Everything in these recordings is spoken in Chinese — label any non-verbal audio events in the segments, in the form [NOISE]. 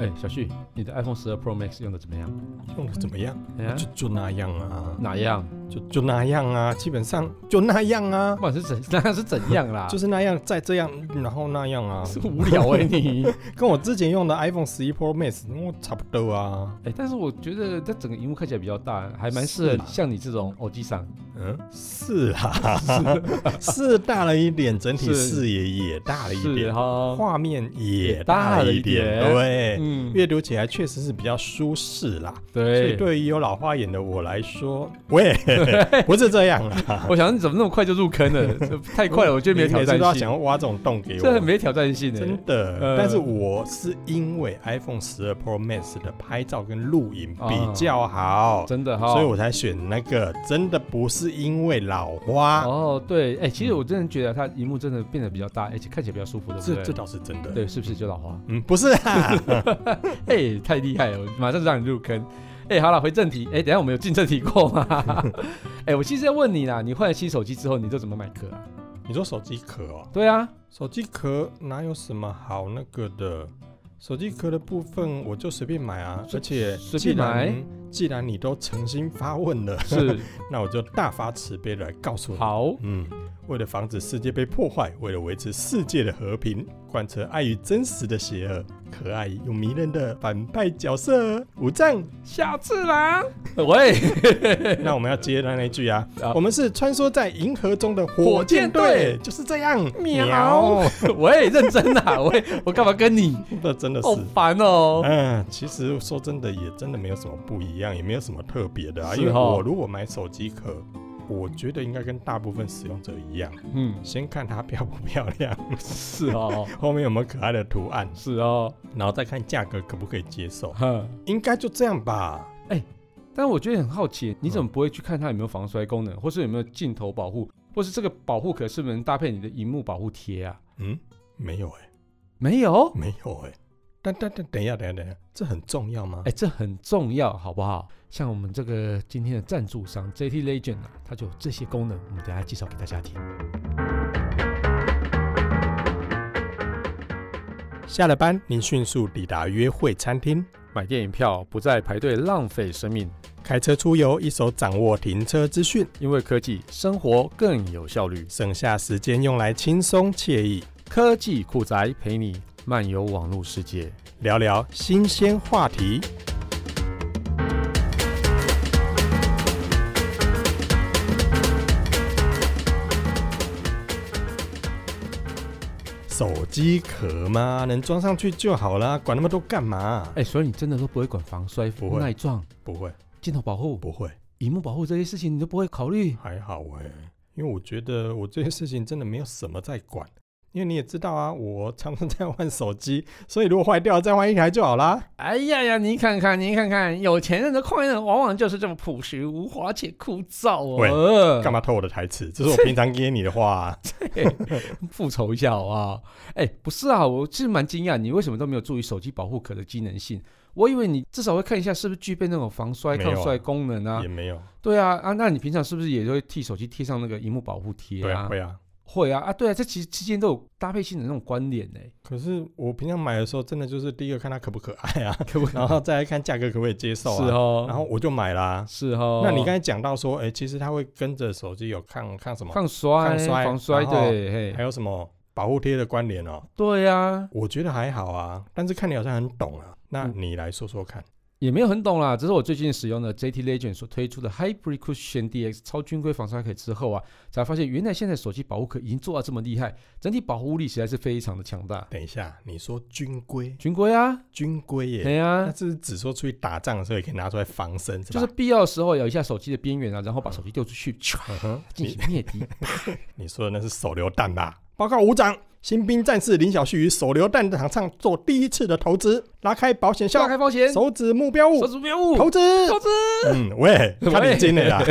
哎、小旭，你的 iPhone 十二 Pro Max 用的怎么样？用的怎么样？哎呀就，就那样啊，哪样？就就那样啊，基本上就那样啊不，管是怎，那是怎样啦？ [LAUGHS] 就是是那样，再这样，然后那样啊，啊无聊哎、你。 [LAUGHS] [LAUGHS] 跟我之前用的 iPhone 十一 Pro Max 我差不多啊。哎、但是我觉得这整个荧幕看起来比较大，还蛮适是合吗像你这种偶机上。嗯，是啊， [LAUGHS] 是大了一点，整体视野也大了一是点，哈。画面也大大了了一一点，点对，嗯，阅读起来确实是比较舒适啦。所以对。对于有老花眼的我来说， [LAUGHS] 喂，不是这样啊啦，我想你怎么那么快就入坑了？这太快了，我觉得没有你每挑次都战要性想。要挖这种洞给我，这很没挑战性的、真的、呃但是我是因为 iPhone 十二 Pro Max 的拍照跟录影啊比较好，真的哈。所以我才选那个，真的不是因为老花，哦，对，哎、其实我真的觉得它荧幕真的变得比较大，而且看起来比较舒服，对不这对？这倒是真的。对，是不是就老花？嗯，不是啊， [LAUGHS] 哎、太厉害了，我马上就让你入坑。哎、好了，回正题。哎、等一下我们有进正题过吗？ [LAUGHS] 哎、我其实要问你啦，你换了新手机之后，你都怎么买壳啊？你说手机壳哦，对啊，手机壳哪有什么好那个的？手机壳的部分我就随便买啊，哦随而且随既便买然既然你都诚心发问了，是 [LAUGHS] 那我就大发慈悲的来告诉你。好，嗯，为了防止世界被破坏，为了维持世界的和平，贯彻爱与真实的邪恶，可爱又迷人的反派角色 [LAUGHS] 五藏。下次啦。喂，那我们要接他那一句啊啊，我们是穿梭在银河中的火火箭箭队队，就是这样。喵， [LAUGHS] 喂，认真啊，喂，我干嘛跟你？那真的好是。烦哦、嗯，其实说真的，也真的没有什么不一样，也没有什么特别的啊。是因为哦我如果买手机壳，我觉得应该跟大部分使用者一样，嗯，先看它 [LAUGHS] 漂不漂亮，是哦、后面有没有可爱的图案，是哦、然后再看价格可不可以接受，哼。应该就这样吧。但我觉得很好奇，你怎么不会去看它有没有防摔功能，或是有没有镜头保护，或是这个保护壳是不是能搭配你的荧幕保护贴啊？嗯，没有哎、没有，没有哎、但但但等一下，等一下，等一下，这很重要吗？哎、这很重要，好不好？像我们这个今天的赞助商 JT Legend 啊，它就有这些功能，我们等一下介绍给大家听。下了班，您迅速抵达约会餐厅，买电影票不再排队浪费生命，开车出游，一手掌握停车资讯，因为科技生活更有效率。省下时间用来轻松惬意，科技酷宅陪你漫游网络世界。聊聊新鲜话题。手机壳嘛，能装上去就好啦，管那么多干嘛？哎、所以你真的都不会管防摔、不会耐撞、不会，镜头保护、不会，荧幕保护这些事情，你都不会考虑？还好哎、因为我觉得我这件事情真的没有什么在管，因为你也知道啊，我常常在换手机，所以如果坏掉再换一台就好啦。哎呀呀，您看看，您看看，有钱人的快乐往往就是这么朴实无华且枯燥喂哦。干嘛嘛偷我的台词？这是我平常给你的话啊、复仇一下好不好？哎，不是啊，我其实蛮惊讶，你为什么都没有注意手机保护壳的机能性？我以为你至少会看一下是不是具备那种防摔、没有抗啊摔功能啊也。没有。对啊，啊，那你平常是不是也会替手机贴上那个荧幕保护贴对啊？啊，会啊。会啊，啊，对啊，这其实之间都有搭配性的那种关联呢、可是我平常买的时候，真的就是第一个看它可不可 [LAUGHS] 爱啊，可不可以？然后再来看价格可不可以接受啊，是哦，然后我就买啦、是哦。那你刚才讲到说，哎、其实它会跟着手机有抗抗什么，抗摔、抗摔防摔，然后对，还嘿，有什么保护贴的关联哦、对啊，我觉得还好啊，但是看你好像很懂啊，那你来说说看。也没有很懂啦，只是我最近使用了 JT Legend 所推出的 Hybrid Cushion DX 超军规防摔壳之后啊，才发现原来现在手机保护壳已经做到这么厉害，整体保护力实在是非常的强大。等一下，你说军规，军规啊，军规耶，对啊那，这是只说出去打仗的时候也可以拿出来防身，是就吧？是必要的时候咬一下手机的边缘啊，然后把手机丢出去，唰嗯哼，进你行灭敌。你说的那是手榴弹吧？报告伍长，新兵战士林小旭于手榴弹场上做第一次的投资，拉开保险大箱，开保险，手手指目标物，指标物，投资。投资。嗯，喂，喂看你真 [LAUGHS] 的啦，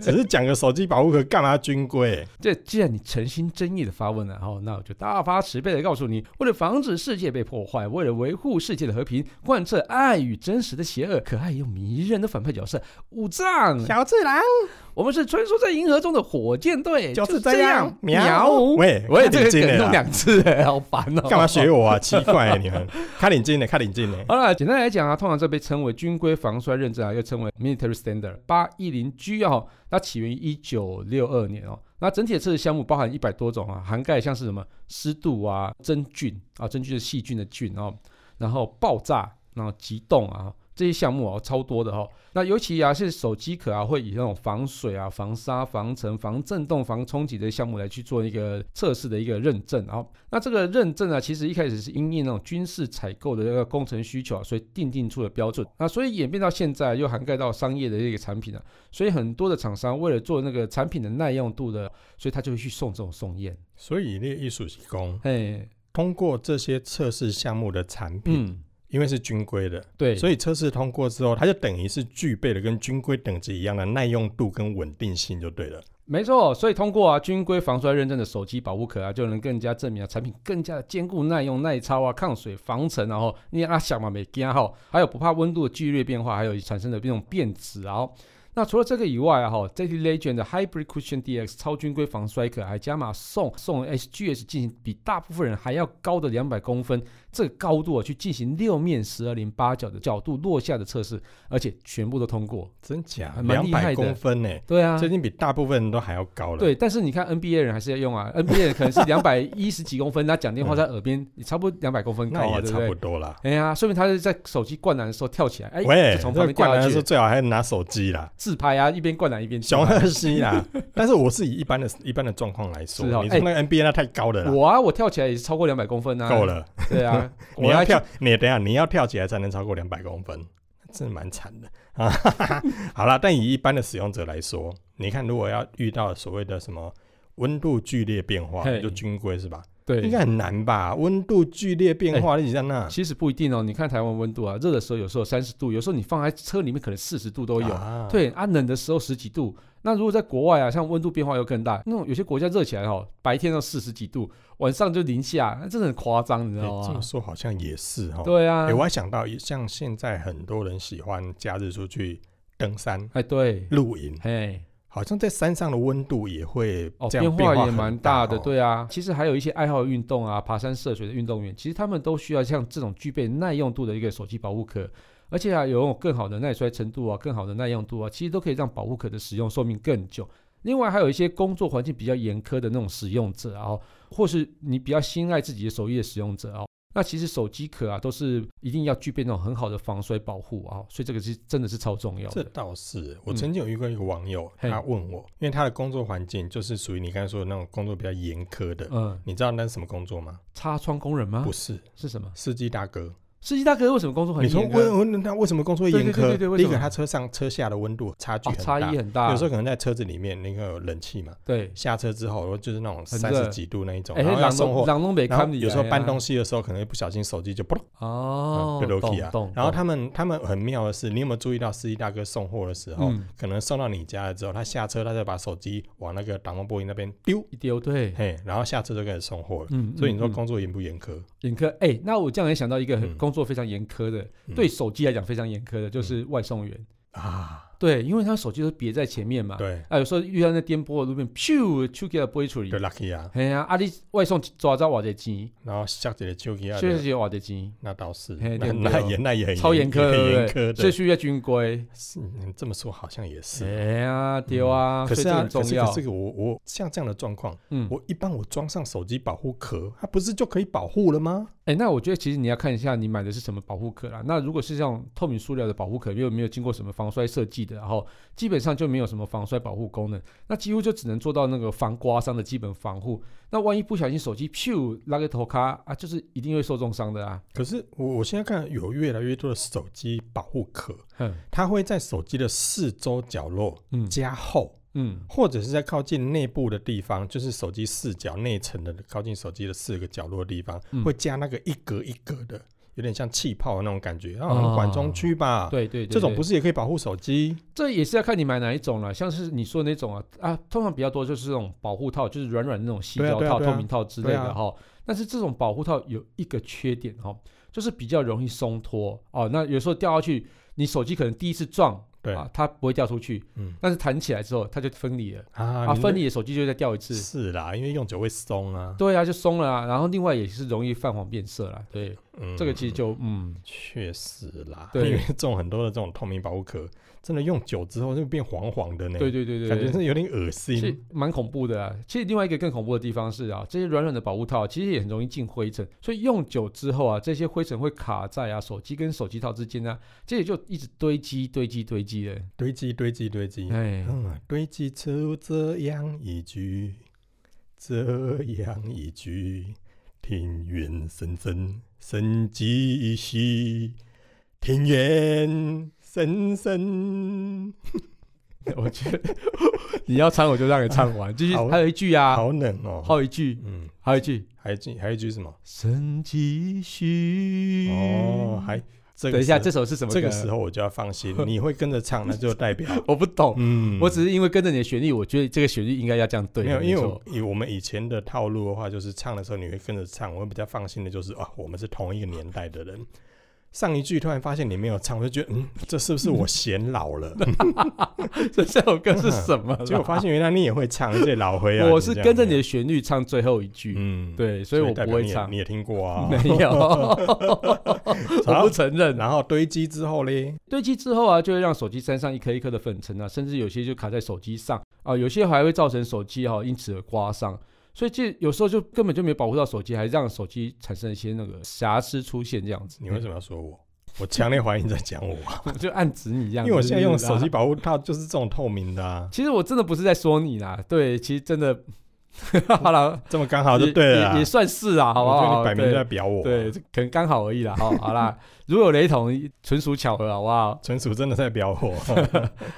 只是讲个手机保护壳，干嘛军规？这既然你诚心真意的发问了，哦，那我就大发慈悲的告诉你，为了防止世界被破坏，为了维护世界的和平，贯彻爱与真实的邪恶，可爱又迷人的反派角色五藏，小次郎哎我我们是穿梭在银河中的火箭队，就是是这样，喵！喂，喂，看哎这你个真梗的弄啦，两次、哎，好烦哦、啊干嘛学我啊？奇怪、[LAUGHS] 你们开领巾呢？开领巾呢？好了，简单来讲啊，通常这被称为军规防衰认证啊，又称为 Military Standard 八一零 G 哦，它起源于一九六二年哦。那整体的测试项目包含一百多种啊，涵盖像是什么湿度啊、真菌啊、真菌是细菌的菌哦，然后爆炸、然后急冻啊这些项目哦，超多的哦。那尤其啊是手机壳啊，会以那种防水啊、防沙、防尘、防震动、防冲击的项目来去做一个测试的一个认证啊。那这个认证啊，其实一开始是因应那种军事采购的这个工程需求啊，所以定定出了标准。那所以演变到现在，又涵盖到商业的这个产品啊，所以很多的厂商为了做那个产品的耐用度的，所以他就会去送这种送验。所以那个艺术技工嘿，通过这些测试项目的产品，嗯，因为是军规的，对，所以以测试通过之后，它就等于是具备了跟军规等级一样的耐用度跟稳定性，就对了。没错，所以通过啊军规防摔认证的手机保护壳啊，就能更加证明啊产品更加的坚固、耐用、耐操啊，抗水、防尘啊，然后你啊想嘛没惊哈，还有不怕温度的剧烈变化，还有产生的这种变质啊。那除了这个以外啊，哈，JT Legend 的 Hybrid Cushion DX 超军规防摔壳还加码送送 HGS 进行比大部分人还要高的两百公分这个高度啊，去进行六面十二零八角的角度落下的测试，而且全部都通过。真假？还蛮啊两厉害百的公分呢、欸，对啊，这已经比大部分人都还要高了。，对，但是你看 NBA 人还是要用啊，NBA [LAUGHS] 可能是两百一十几公分，他讲电话在耳边，也差不多两百公分高嗯那啊，也对差不对？不多啦。哎呀，说明他是在手机灌篮的时候跳起来，哎，喂，就从这旁个边灌掉篮下的时候去，最好还拿手机啦， [LAUGHS] 自拍啊，一边灌篮一边自熊拍。二西 [LAUGHS] 啦。但是我是以一般的一般的状况来说，是哦你说那个 NBA 那太高了啦，我啊，我跳起来也是超过两百公分啊，够。了。对啊， [LAUGHS] 你我要还跳，你等一下你要跳起来才能超过两百公分，真的蛮惨的 [LAUGHS] 啊！好啦，但以一般的使用者来说，你看如果要遇到所谓的什么温度剧烈变化，嘿就军规是吧？应对哎该。很难吧？温度剧烈变化，你在那其实不一定哦，你看台湾温度啊，热的时候有时候三十度，有时候你放在车里面可能四十度都有。啊，对啊，冷的时候十几度。那如果在国外啊，像温度变化又更大，那种有些国家热起来哦，白天都四十几度，晚上就零下，那真的很夸张，你知哎道这吗么？说好像也是哈。啊对啊哎，，我还想到，像现在很多人喜欢假日出去登山、哎对，露营，嘿，好像在山上的温度也会哦，这样变化也很蛮大的，哦。对啊。其实还有一些爱好运动啊，爬山涉水的运动员，其实他们都需要像这种具备耐用度的一个手机保护壳。而且啊，有更好的耐摔程度啊，更好的耐用度啊，其实都可以让保护壳的使用寿命更久。另外，还有一些工作环境比较严苛的那种使用者啊，或是你比较心爱自己的手艺的使用者啊，那其实手机壳啊都是一定要具备那种很好的防摔保护啊，所以这个是真的是超重要这的。倒是，欸我嗯曾经有遇过一个网友，嘿他问我，因为他的工作环境就是属于你刚才说的那种工作比较严苛的，嗯，啊你知道那是什么工作吗？擦窗工人吗不？是，是什么？司机大哥。司机大哥为什么工作哦很你说严格？问问他为什么工作对对严对对对苛？为第一什个，么他车上车下的温度差距哦，很差大，异很大，有时候可能在车子里面那个有冷气嘛，对，下车之后就是那种很三热十几度那一种，哎，然后要朗送东货，朗东北然看后你，啊有时候搬东西西的时候，可能一不小心手机就不哦，被 l o 啊懂懂。然后懂他们他们很妙的是，你有没有注意到司机大哥送货的时候，嗯可能送到你家了之后，他下车他就把手机往那个挡风玻璃那边丢，一丢对，嘿，然后下车就开始送货了。嗯，所以你说嗯嗯工作严不严苛？严苛，哎，那我这样也想到一个很嗯工作非常严苛的，嗯对手机来讲非常严苛的，就是外送员，啊，对，因为他手机都别在前面嘛，对啊，有时候遇到那颠簸的路面，咻，手机也不会处理对，，lucky 啊，哎呀，啊你外送抓到我的钱，然后下几个手机啊，确实有我的钱，那倒是，嘿那对那对哦也那也很超严苛，很对严不对苛所以的。需要军规，是嗯这么说好像也是。啊哎呀，丢啊，可所以是这啊，很重可是要可，是我我像这样的状况，嗯，我一般我装上手机保护壳，它不是就可以保护了吗？哎，那我觉得其实你要看一下你买的是什么保护壳啦。那如果是这种透明塑料的保护壳，又没有经过什么防摔设计的，然后基本上就没有什么防摔保护功 [LAUGHS] 能，那几乎就只能做到那个防刮伤的基本防护。那万一不小心手机咻拉个头卡啊，就是一定会受重伤的啊。可是我我现在看有越来越多的手机保护壳，哼，它会在手机的四周角落嗯加厚，嗯，或者是在靠近内部的地方，就是手机视角内层的靠近手机的四个角落的地方，嗯会加那个一格一格的，有点像气泡的那种感觉，啊，哦像管中区吧。对对对这种不是，是也可以保护手机？这也是要看你买哪一种了。像是你说的那种啊啊，通常比较多就是这种保护套，就是软软的那种细对啊胶对啊套、对啊透明套之类对啊的哈、但是这种保护套有一个缺点哈、就是比较容易松脱哦。那有时候掉下去，你手机可能第一次撞对啊，它不会掉出去，嗯但是弹起来之后它就分离了，啊啊，你分那离的手机就再掉一次，是啦，因为用久会松啊。对啊，就松了啊。然后另外也是容易泛黄变色啦，对，嗯这个其实就嗯，确实啦，对因为这种很多的这种透明保护壳，真的用久之后就变黄黄的呢。对对对对，感觉对是有点恶是心。蛮恐怖的、啊。其实另外一个更恐怖的地方是啊，这些软软的保护套其实也很容易进灰尘，所以用久之后啊，这些灰尘会卡在啊手机跟手机套之间啊，这也就一直堆积堆积堆积的。堆积堆积堆积，哎，嗯，堆积出这样一句，这样一句，庭院深深深几许，庭院深深，我觉 [LAUGHS] 得你要唱我就让你唱完，继续好还有一句啊，好冷哦。还有一句，嗯，还有一句，还有一句还有一句什么？神继续。哦，还这个等一下，时这首是什么歌？这个时候我就要放心，你会跟着唱，那就代表我不懂，嗯，我只是因为跟着你的旋律，我觉得这个旋律应该要这样对。没有，因为错我以我们以前的套路的话，就是唱的时候你会跟着唱，我会比较放心的，就是啊，我们是同一个年代的人。上一句突然发现你没有唱，我就觉得嗯，这是不是我显老 [LAUGHS] 了？ [LAUGHS] 这这首歌是什么啦？结果发现原来你也会唱，而且老回 [LAUGHS] 啊。我是跟着你这的样，旋律唱最后一句，嗯，，对，所以我代不表会你也唱，你也听过 [LAUGHS] 啊。没 [LAUGHS] 有，我不承认。然后堆积之后嘞，堆积之后啊，就会让手机沾上一颗一颗的粉尘啊，甚至有些就卡在手机上啊，有些还会造成手机哈、因此而刮伤。所以这有时候就根本就没保护到手机，还让手机产生一些那个瑕疵出现这样子。你为什么要说我？我强烈怀疑你在讲 [LAUGHS] 我啊，么就暗指你一样？因为我现在用手是不机是啊保护套就是这种透明的啊，其实我真的不是在说你啦，对，其实真的， [LAUGHS] 好了，这么刚好就对了也也啊也。算是啊，好不我觉得好？你摆明对就在表我，对，，这可能刚好而已啦。好， [LAUGHS] 好啦，如有雷同，纯属巧合，好不好？ [LAUGHS] 纯属真的在表我。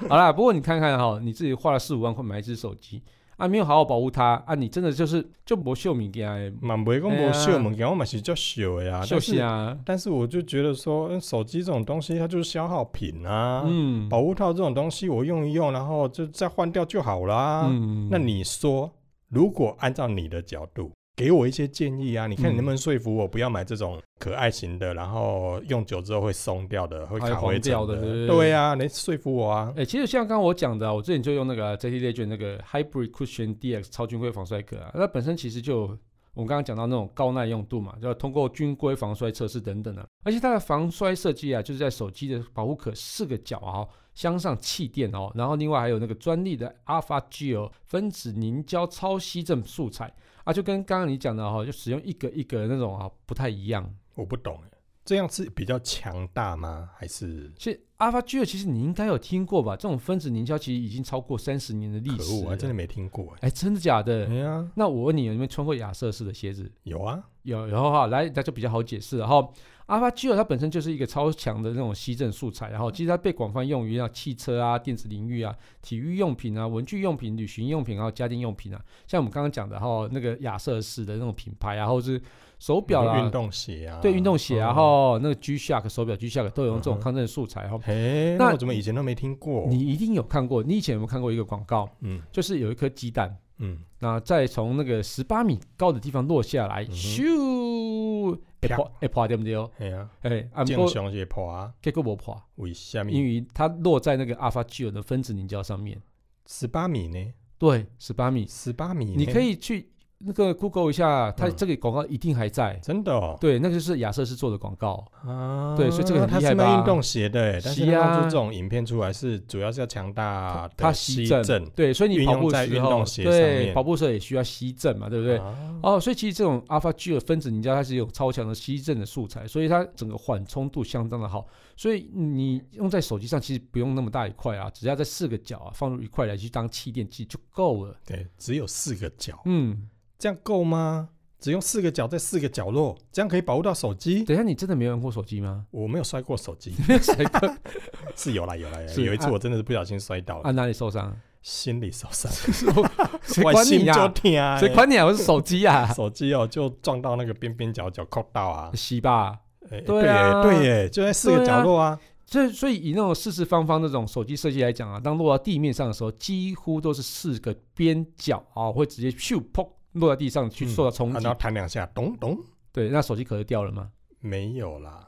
好啦，不过你看看哈，你自己花了四五万块买一只手机啊，没有好好保护它啊，你真的就是就不秀敏给啊，嘛不会讲哎呀无秀物件，我嘛是叫秀的啊。休息但是！啊，但是我就觉得说，嗯手机这种东西它就是消耗品啊。嗯，保护套这种东西我用一用，然后就再换掉就好啦。嗯那你说，如果按照你的角度，给我一些建议啊？你看嗯你能不能说服我不要买这种可爱型的，然后用久之后会松掉的，会还有卡灰哎黄掉尘的对不对对啊，你说服我啊哎、。其实像刚刚我讲的、啊，我之前就用那个 JT 类卷那个 Hybrid Cushion DX 超均硅防摔壳啊，那本身其实就有我们刚刚讲到那种高耐用度嘛，就要通过军规防摔测试等等啊，而且它的防摔设计啊，就是在手机的保护壳四个角啊、镶上气垫哦，然后另外还有那个专利的 Alpha Gel 分子凝胶超吸震素材啊，就跟刚刚你讲的哈、就使用一个一个的那种啊不太一样。我不懂，这样是比较强大吗？还是？其实 Alpha Gel 其实你应该有听过吧？这种分子凝胶其实已经超过三十年的历可史恶，我还了真的没听过哎。哎，真的假的？哎呀，那我问你，有没有穿过亚瑟士的鞋子？有啊，有，然后哈，来，那就比较好解释了哈。阿帕基尔它本身就是一个超强的那种吸震素材，然后其实它被广泛用于啊汽车啊、电子领域啊、体育用品啊、文具用品、旅行用品，还有家电用品啊。像我们刚刚讲的哈，那个亚瑟士的那种品牌啊，或者是手表有啊，运动鞋啊，对运动鞋啊，然哦，后那个 G Shock 手表 G Shock 都有用这嗯种哼抗震素材哈。嘿，那那我怎么以前都没听过？你一定有看过，你以前有没有看过一个广告？嗯就是有一颗鸡蛋，嗯，那再从那个十八米高的地方落下来，嗯哼咻，会啪破会破对不对？哎呀，哎，啊，不正过常是会破啊，结果没破，为什么因为它落在那个阿尔法 G 的分子凝胶上面。十八米呢？对，十八米，十八米呢，你可以去那个 Google 一下，它嗯这个广告一定还在。真的哦，对，那个就是亚瑟士做的广告。啊对所以这个很它厉害是卖吧运动鞋的欸，但是是它啊弄出这种影片出来是主要是要强大它的吸吸震震，对，所以运你用跑步在的时运候动，鞋上对，面跑步的时候也需要吸震嘛，对不对？啊哦，所以其实这种 Alpha G 的分子凝胶，它是有超强的吸震的素材，所以它整个缓冲度相当的好。所以你用在手机上，其实不用那么大一块啊，只要在四个角啊放入一块来去当气垫，其实就够了。对，只有四个角，嗯，这样够吗？只用四个角在四个角落，这样可以保护到手机。等一下，你真的没玩过手机吗？我没有摔过手机，没有摔过 [LAUGHS] 是有啦有啦，有啦是有一次啊我真的是不小心摔倒啊？了，哪里受伤？心里受 [LAUGHS] 伤，谁哦 [LAUGHS] 我管心你就呀、痛啊，啊？谁管你啊？我是手机啊，手机哦，就撞到那个边边角角扣到啊洗吧。哎对啊对耶，对耶，就在四个角落啊，所以，所以以那种四四方方那种手机设计来讲啊，当落到地面上的时候，几乎都是四个边角啊，会直接咻砰落在地上去嗯受到冲啊击。然后弹两下，咚咚，对，那手机壳就掉了嘛。没有啦，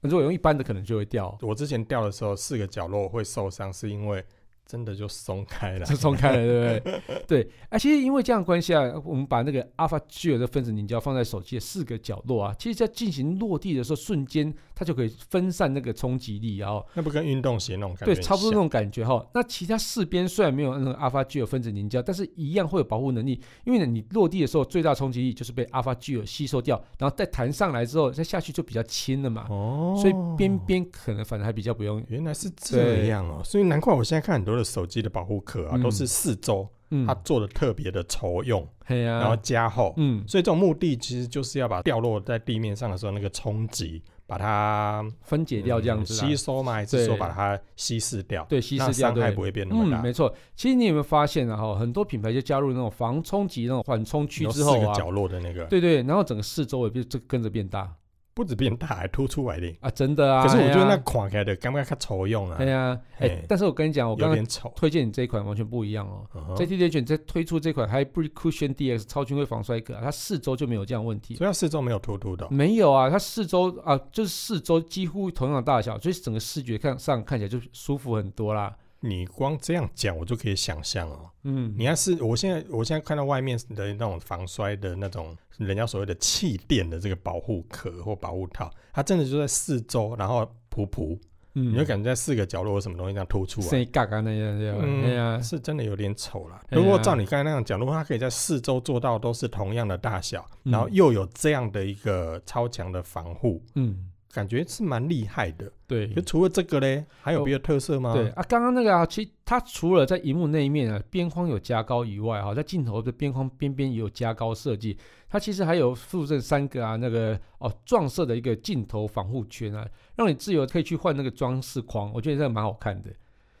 那如果用一般的，可能就会掉，我之前掉的时候，四个角落会受伤，是因为真的就松开了就。松开了，对不对？对，啊，其实因为这样的关系啊，我们把那个 alpha G 的分子凝胶放在手机的四个角落啊，其实在进行落地的时候，瞬间它就可以分散那个冲击力、啊，然后 [LAUGHS] 那不跟运动鞋那种感觉对，很差不多那像。种感觉哈。那其他四边虽然没有嗯那个 alpha G 分子凝胶，但是一样会有保护能力，因为呢，你落地的时候最大冲击力就是被 alpha G 吸收掉，然后再弹上来之后再下去就比较轻了嘛，哦，所以边边可能反而还比较不用，原来是这样哦，所以难怪我现在看很多的手机的保护壳啊，嗯都是四周嗯它，做的特别的稠用，嘿呀、然后加厚。嗯，所以这种目的其实就是要把掉落在地面上的时候那个冲击，把它分解掉这样嗯子啦，啊吸收嘛，还是对说把它稀释掉？对，稀那释掉，伤害对不。会变那么嗯，大。没错。其实你有没有发现啊？哈，很多品牌就加入那种防冲击、那种缓冲区有之四后个啊，角落的那个，对对，然后整个四周也变这跟着变大不止变大，还凸出来的。啊，真的啊。可是我觉得那哎呀，垮开的，刚刚它丑用啊哎，呀，哎嘿，但是我跟你讲，我有刚刚点丑。推荐你这一款完全不一样哦。嗯哼在 T D 卷在推出这款 Hybrid Cushion DX 超轻微防摔壳啊，它四周就没有这样的问题。所以它四周没有凸凸的哦，没有啊，它四周啊，就是四周几乎同样大小，所以整个视觉看上看起来就舒服很多啦。你光这样讲，我就可以想象哦。嗯，你看是，我现在我现在看到外面的那种防摔的那种人家所谓的气垫的这个保护壳或保护套，它真的就在四周，然后噗噗，嗯你就感觉在四个角落有什么东西这样凸出声来。音嘎嘎那样，对吧？嗯哎呀，是真的有点丑啦。哎呀如果照你刚才那样讲，如果它可以在四周做到都是同样的大小，嗯然后又有这样的一个超强的防护，嗯，感觉是蛮厉害的。对，可除了这个嘞，还有别的特色吗？对，啊，刚刚那个啊，其实它除了在荧幕那一面啊边框有加高以外哈、在镜头的边框边边也有加高设计，它其实还有附赠三个啊那个哦撞色的一个镜头防护圈啊，让你自由可以去换那个装饰框，我觉得这个蛮好看的。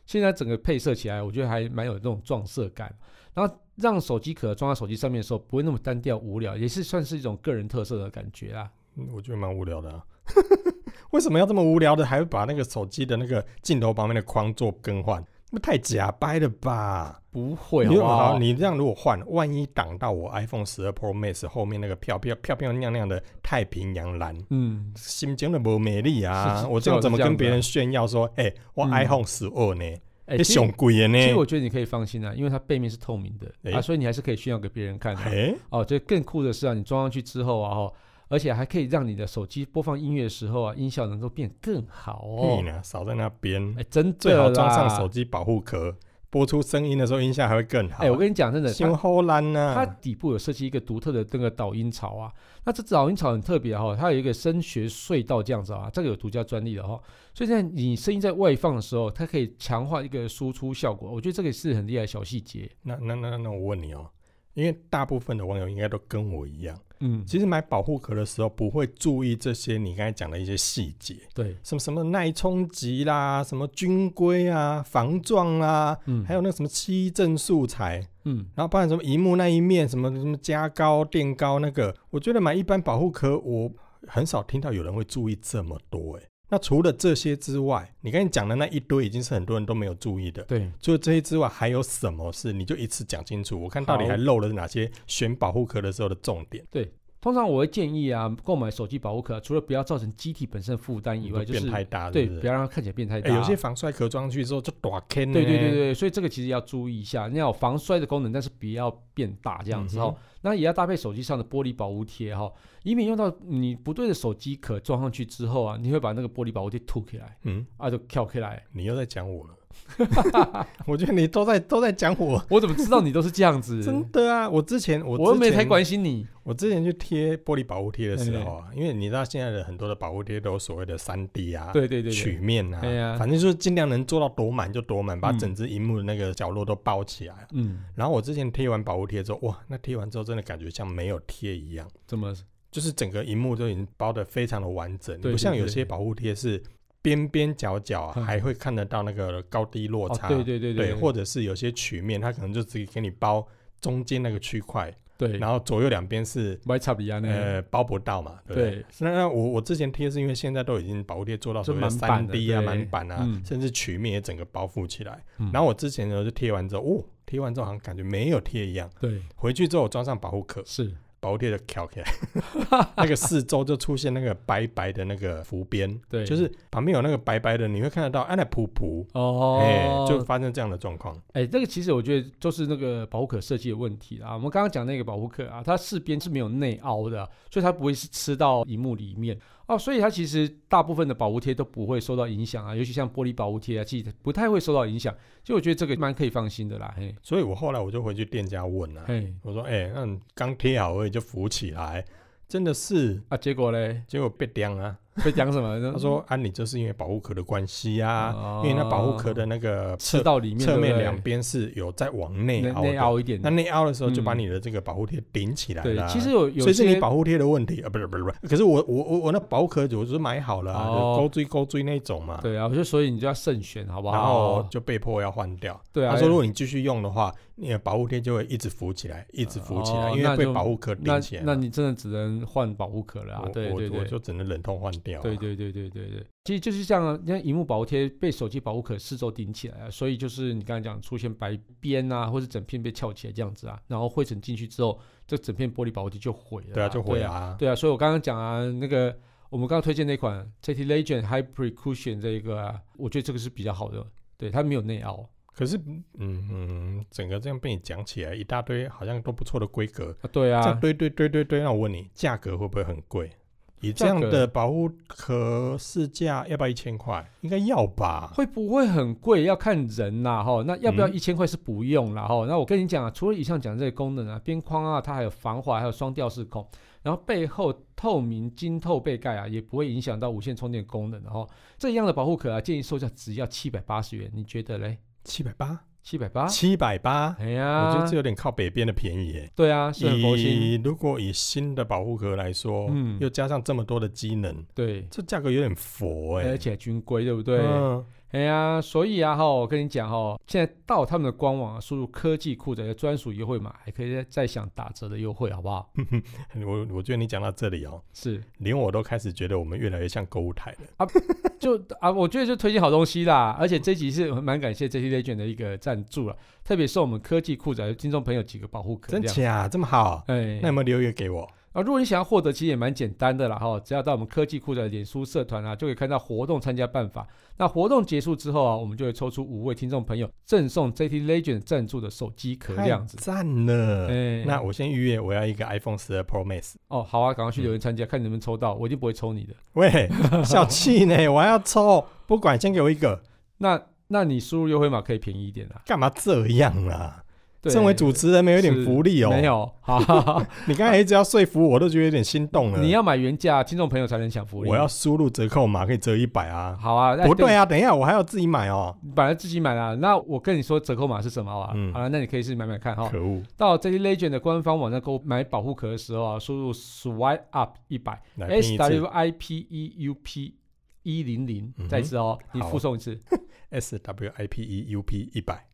现在整个配色起来，我觉得还蛮有那种撞色感，然后让手机壳装在手机上面的时候不会那么单调无聊，也是算是一种个人特色的感觉啊。嗯我觉得蛮无聊的、啊。为什么要这么无聊的，还会把那个手机的那个镜头旁边的框做更换？那太假掰了吧！不会好你不好，好？你这样如果换，万一挡到我 iPhone 十二 Pro Max 后面那个漂漂漂漂亮亮的太平洋蓝，嗯，心情的不美丽是啊！是我这样怎么最好是跟别人炫耀说，哎、我嗯 iPhone 十二呢？哎、你其实熊贵的呢其？实我觉得你可以放心啊，因为它背面是透明的、诶啊，所以你还是可以炫耀给别人看的、哎、哦，这更酷的是啊，你装上去之后啊，哦，而且还可以让你的手机播放音乐的时候啊，音效能够变更好你哦。呢？少在那边哎、，真的最好装上啦手。机保护壳，播出声音的时候音效还会更好。哎、我跟你讲，真的，修它后烂呢？它底部有设计一个独特的那个导音槽啊。那这导音槽很特别哈、哦，它有一个声学隧道这样子啊，这个有独家专利的哈、哦。所以在你声音在外放的时候，它可以强化一个输出效果。我觉得这个是很厉害的小细节。那那那那我问你哦，因为大部分的网友应该都跟我一样，嗯，其实买保护壳的时候不会注意这些你刚才讲的一些细节，对，什么什么耐冲击啦，什么军规啊、防撞啦，嗯，还有那什么七正素材，嗯。然后包含什么荧幕那一面，什么什么加高、垫高那个，我觉得买一般保护壳，我很少听到有人会注意这么多哎、那除了这些之外，你刚才讲的那一堆已经是很多人都没有注意的，对，除了这些之外，还有什么事？你就一次讲清楚，我看到底好还漏了哪些选保护壳的时候的重点。通常我会建议啊，购买手机保护壳啊，除了不要造成机体本身的负担以外，就就是嗯变太大，对，是不不是？要让它看起来变太大。哎，有些嗯防摔壳装上去之后就短坑。对对对，对，所以这个其实要注意一下，你要有防摔的功能，但是不要变大这样子嗯哦哼。那也要搭配手机上的玻璃保护贴哈，以免用到你不对的手机壳装上去之后啊，你会把那个玻璃保护贴凸起来，嗯，啊就翘起来。你又在讲我了。 [LAUGHS] 我觉得你都在都在讲我，我怎么知道你都是这样子？ [LAUGHS] 真的啊！我之前我我又之没太前关心你。我之前去贴玻璃保护贴的时候啊，因为你知道现在的很多的保护贴都有所谓的三 D 啊，对对对对，曲面啊，哎呀反正就是尽量能做到多满就多满，把嗯整只荧幕的那个角落都包起来。嗯，然后我之前贴完保护贴之后，哇，那贴完之后真的感觉像没有贴一样，怎么？就是整个荧幕都已经包的非常的完整，对不像有对些保护贴是边边角角啊、嗯还会看得到那个高低落哦差，，对对对对或者是有些曲面它可能就只给你包中间那个区块，对，然后左右两边是。买差不多那样。呃，包不到嘛，对不对？对，那那我我之前贴是因为现在都已经保护贴做到所谓的就满三版的 D 啊、对满版啊，嗯甚至曲面也整个包覆起来。嗯然后我之前呢就贴完之后，哦，贴完之后好像感觉没有贴一样，对回去之后我装上保护壳，是。薄裂的翘 [LAUGHS] 起来，那个四周就出现那个白白的那个浮边，对就是旁边有那个白白的，你会看得到，啊，那噗噗，哦，哎、就发生这样的状况。哎，这个其实我觉得就是那个保护壳设计的问题啦。我们刚刚讲那个保护壳啊，它四边是没有内凹的，所以它不会是吃到荧幕里面哦，所以它其实大部分的保护贴都不会受到影响啊，尤其像玻璃保护贴啊，其实不太会受到影响。就我觉得这个蛮可以放心的啦，嘿，所以我后来我就回去店家问啊，嘿我说，哎、那你刚贴好而已就浮起来，真的是，啊，结果嘞结果被刁啊。被讲什么呢？ [LAUGHS] [LAUGHS] 他说，啊，你这是因为保护壳的关系啊，啊因为那保护壳的那个吃侧到里面侧对不面对两边是有在往内内凹内的。凹一点那，内凹的时候，就把嗯你的这个保护贴顶起来了对，啊。其实有有所以是些你保护贴的问题啊，不是不是不是。可是我我我我那保护壳我是买好了、啊，哦就勾追勾追那一种嘛，对啊，我就所以你就要慎选，好不好？然后就被迫要换掉。对啊，他说如果你继续用的话，你的保护贴就会一直浮起来，一直浮起来，哦因那为被就保护壳那顶起来嘛。那你真的只能换保护壳了啊啊我！对对我，我对，就只能忍痛换掉、啊。对对对对对对，其实就是像啊，像荧幕保护贴被手机保护壳四周顶起来啊，所以就是你刚才讲出现白边啊，或者整片被翘起来这样子啊，然后灰尘进去之后，这整片玻璃保护贴就毁了、对啊，就回对来啊，啊。对啊，所以我刚刚讲啊，那个我们刚刚推荐那款 TT Legend Hybrid Cushion 这一个、啊，我觉得这个是比较好的，对，它没有内凹可是，嗯嗯，整个这样被你讲起来，一大堆好像都不错的规格，啊，对这啊样，堆堆堆堆堆，那我问你，价格会不会很贵？以这价样格的保护壳市价要不要一千块？应该要吧。会不会很贵？要看人啦，哈。那要不要嗯一千块是不用啦，哈、那我跟你讲啊，除了以上讲这些功能啊，边框啊，它还有防滑，还有双吊式孔，然后背后透明晶透背盖啊，也不会影响到无线充电功能的哈。这样的保护壳啊，建议售价只要七百八十元，你觉得嘞？七百八，七百八？七百八，哎我觉呀得这，有点靠北边的便宜耶。对啊，是很佛心，以如果以新的保护壳来说，嗯又加上这么多的机能，对，这价格有点佛哎。而且军规对不对？嗯哎呀，所以啊哈，我跟你讲哈，现在到他们的官网啊，输入科技酷宅的专属优惠码，还可以再再享打折的优惠，好不好？我我觉得你讲到这里哦，是，连我都开始觉得我们越来越像购物台了。就啊，我觉得就推荐好东西啦，而且这集是蛮感谢 JT Legend 的一个赞助了，特别是我们科技酷宅的听众朋友几个保护壳，真这样假这么好？哎，那有没有留一个给我？啊，如果你想要获得，其实也蛮简单的啦哈，只要到我们科技库的脸书社团啊，就可以看到活动参加办法。那活动结束之后啊，我们就会抽出五位听众朋友，赠送 JT Legend 赞助的手机壳这样子太。赞了。哎那我先预约，我要一个 iPhone 十二 Pro Max。哦，好啊，赶嗯快去留言参加，看你能不能抽到，我一定不会抽你的。 [LAUGHS] 喂，小气呢？我还要抽，不管先给我一个，那那你输入优惠码可以便宜一点啊。干嘛这样啊？对，身为主持人，没有一点是福利哦。没有，好好 [LAUGHS] 好，你刚才一直要说服我，都觉得有点心动了。你要买原价，听众朋友才能享福利。我要输入折扣码，可以折一百啊。好啊，哎不对，啊，等一下我还要自己买哦。本来自己买啦。那我跟你说折扣码是什么啊？嗯好了，那你可以试买买看哈。可恶，到 JT Legend 的官方网站购买保护壳的时候啊，输入 swipe up 一百来拼 s 一 w 次 i p e u p 一零零嗯，哼再一次哦，你好附送一次。 S W I P E U P 一百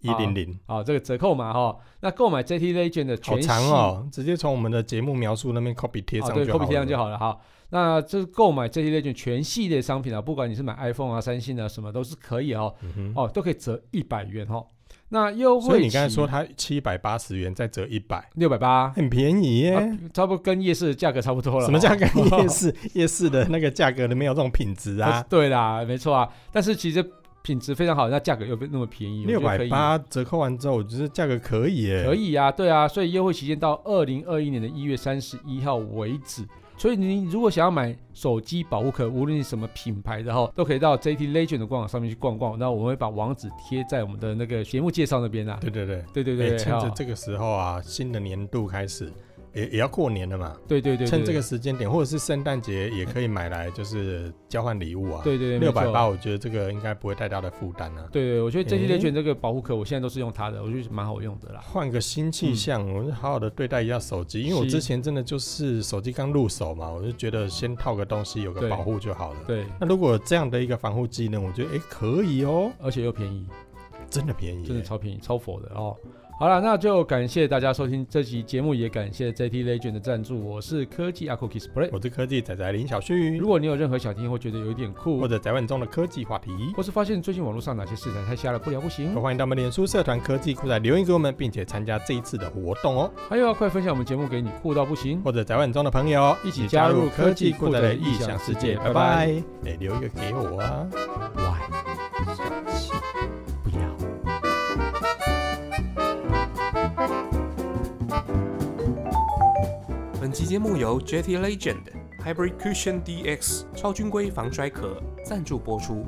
一零零，好，这个折扣码哈、哦，那购买 JT Legend 的好全系长哦，直接从我们的节目描述那边 copy 贴上啊，就好对，了。扣笔贴上就好了哈。那就是购买这些类券全系列商品啊，不管你是买 iPhone 啊、三星啊，什么都是可以哦，嗯哼。哦，都可以折一百元哦。那优惠所以你刚才说它七百八十元再折一百，六百八，很便宜耶。啊差不多跟夜市的价格差不多了哦。什么价格？[LAUGHS] 夜市夜市的那个价格里面有这种品质啊啊？， [LAUGHS] 对啦，没错啊。但是其实品质非常好，那价格又那么便宜，我觉六得可百以八折扣完之后，我觉得价格可以耶。可以啊，对啊，所以优惠期间到二零二一年的一月三十一号为止。所以你如果想要买手机保护壳，无论是什么品牌的哈，都可以到 JT Legend 的官网上面去逛逛。那我们会把网址贴在我们的那个节目介绍那边啦。对对对。对对哎、对，趁好着这个时候啊，新的年度开始，也也要过年了嘛，对对对，趁这对个时间点，或者是圣诞节也可以买来，就是交换礼物啊。，对对对六百。没八，错我觉得这个应该不会太大的负担啊。对对，我觉得 JT 诶 Legend 这个保护壳，我现在都是用它的，我觉得蛮好用的啦。换个新气象，我就好好的对待一下手机，因为我是之前真的就是手机刚入手嘛，我就觉得先套个东西有个对保护就好了。对，那如果有这样的一个防护技能，我觉得哎、可以哦，而且又便宜。真的便宜耶，真的超便宜，超佛的哦。好了，那就感谢大家收听这期节目，也感谢 JT Legend 的赞助。我是科技阿酷 Kiss Play。我是科技仔仔林小旭如，果你有任何想听或觉得有一点酷或，者宅问中的科技话题，或是发现最近网络上哪些事情太瞎了不聊不行都，欢迎到我们脸书社团科技酷仔留言给我们，并且参加这一次的活动哦。还有啊，快分享我们节目给你酷到不行。或者宅问中的朋友哦一起加入科技酷酷宅仔的的异异想想世世界界，拜拜拜拜。哎、留一个给我啊。 Why？不要。本集节目由 JT Legend Hybrid Cushion DX 超军规防摔壳赞助播出。